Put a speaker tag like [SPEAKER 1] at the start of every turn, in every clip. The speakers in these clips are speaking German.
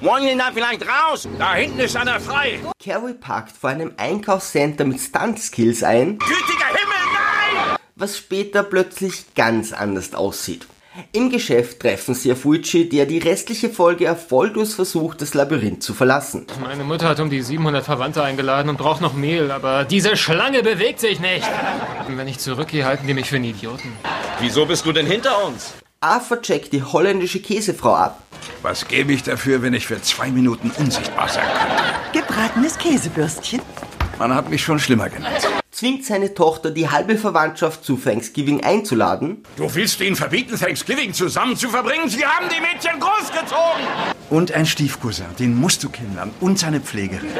[SPEAKER 1] Wollen wir da vielleicht raus?
[SPEAKER 2] Da hinten ist einer frei.
[SPEAKER 3] Carrie parkt vor einem Einkaufscenter mit Stunt-Skills ein,
[SPEAKER 2] Gütiger Himmel, nein!
[SPEAKER 3] was später plötzlich ganz anders aussieht. Im Geschäft treffen sie auf Luigi, der die restliche Folge erfolglos versucht, das Labyrinth zu verlassen.
[SPEAKER 4] Meine Mutter hat um die 700 Verwandte eingeladen und braucht noch Mehl, aber diese Schlange bewegt sich nicht. Und wenn ich zurückgehe, halten die mich für einen Idioten.
[SPEAKER 1] Wieso bist du denn hinter uns?
[SPEAKER 3] Arthur checkt die holländische Käsefrau ab.
[SPEAKER 2] Was gebe ich dafür, wenn ich für zwei Minuten unsichtbar sein könnte?
[SPEAKER 5] Gebratenes Käsebürstchen.
[SPEAKER 2] Man hat mich schon schlimmer genannt.
[SPEAKER 3] Zwingt seine Tochter, die halbe Verwandtschaft zu Thanksgiving einzuladen.
[SPEAKER 2] Du willst ihnen verbieten, Thanksgiving zusammen zu verbringen? Sie haben die Mädchen großgezogen! Und ein Stiefcousin, den musst du kennenlernen. Und seine Pflegerin.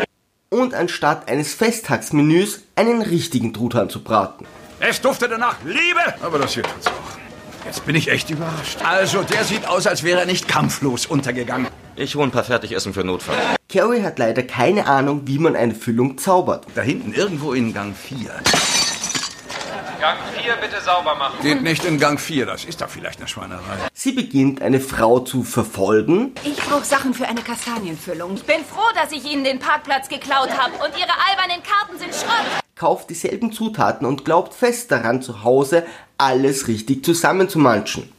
[SPEAKER 3] Und anstatt eines Festtagsmenüs einen richtigen Truthahn zu braten.
[SPEAKER 2] Es duftete nach Liebe! Aber das hier tut's auch. Jetzt bin ich echt überrascht. Also, der sieht aus, als wäre er nicht kampflos untergegangen.
[SPEAKER 1] Ich hol ein paar Fertigessen für Notfall.
[SPEAKER 3] Carrie hat leider keine Ahnung, wie man eine Füllung zaubert.
[SPEAKER 2] Da hinten, irgendwo in Gang 4.
[SPEAKER 4] Gang 4 bitte sauber machen.
[SPEAKER 2] Geht nicht in Gang 4, das ist da vielleicht eine Schweinerei.
[SPEAKER 3] Sie beginnt, eine Frau zu verfolgen.
[SPEAKER 6] Ich brauche Sachen für eine Kastanienfüllung.
[SPEAKER 7] Ich bin froh, dass ich Ihnen den Parkplatz geklaut habe und Ihre albernen Karten sind Schrott.
[SPEAKER 3] kauft dieselben Zutaten und glaubt fest daran, zu Hause alles richtig zusammenzumanschen.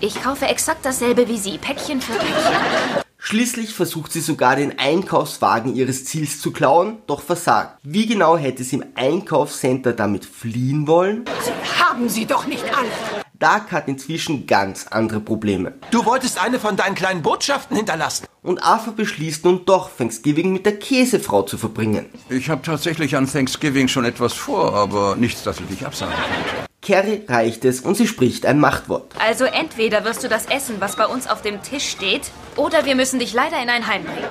[SPEAKER 7] Ich kaufe exakt dasselbe wie Sie, Päckchen für Päckchen.
[SPEAKER 3] Schließlich versucht sie sogar den Einkaufswagen ihres Ziels zu klauen, doch versagt. Wie genau hätte sie im Einkaufscenter damit fliehen wollen?
[SPEAKER 5] Haben Sie doch nicht alle.
[SPEAKER 3] Dark hat inzwischen ganz andere Probleme.
[SPEAKER 8] Du wolltest eine von deinen kleinen Botschaften hinterlassen.
[SPEAKER 3] Und Arthur beschließt nun doch, Thanksgiving mit der Käsefrau zu verbringen.
[SPEAKER 2] Ich habe tatsächlich an Thanksgiving schon etwas vor, aber nichts, das ich dich absagen kann.
[SPEAKER 3] Carrie reicht es und sie spricht ein Machtwort.
[SPEAKER 7] Also entweder wirst du das essen, was bei uns auf dem Tisch steht, oder wir müssen dich leider in ein Heim bringen.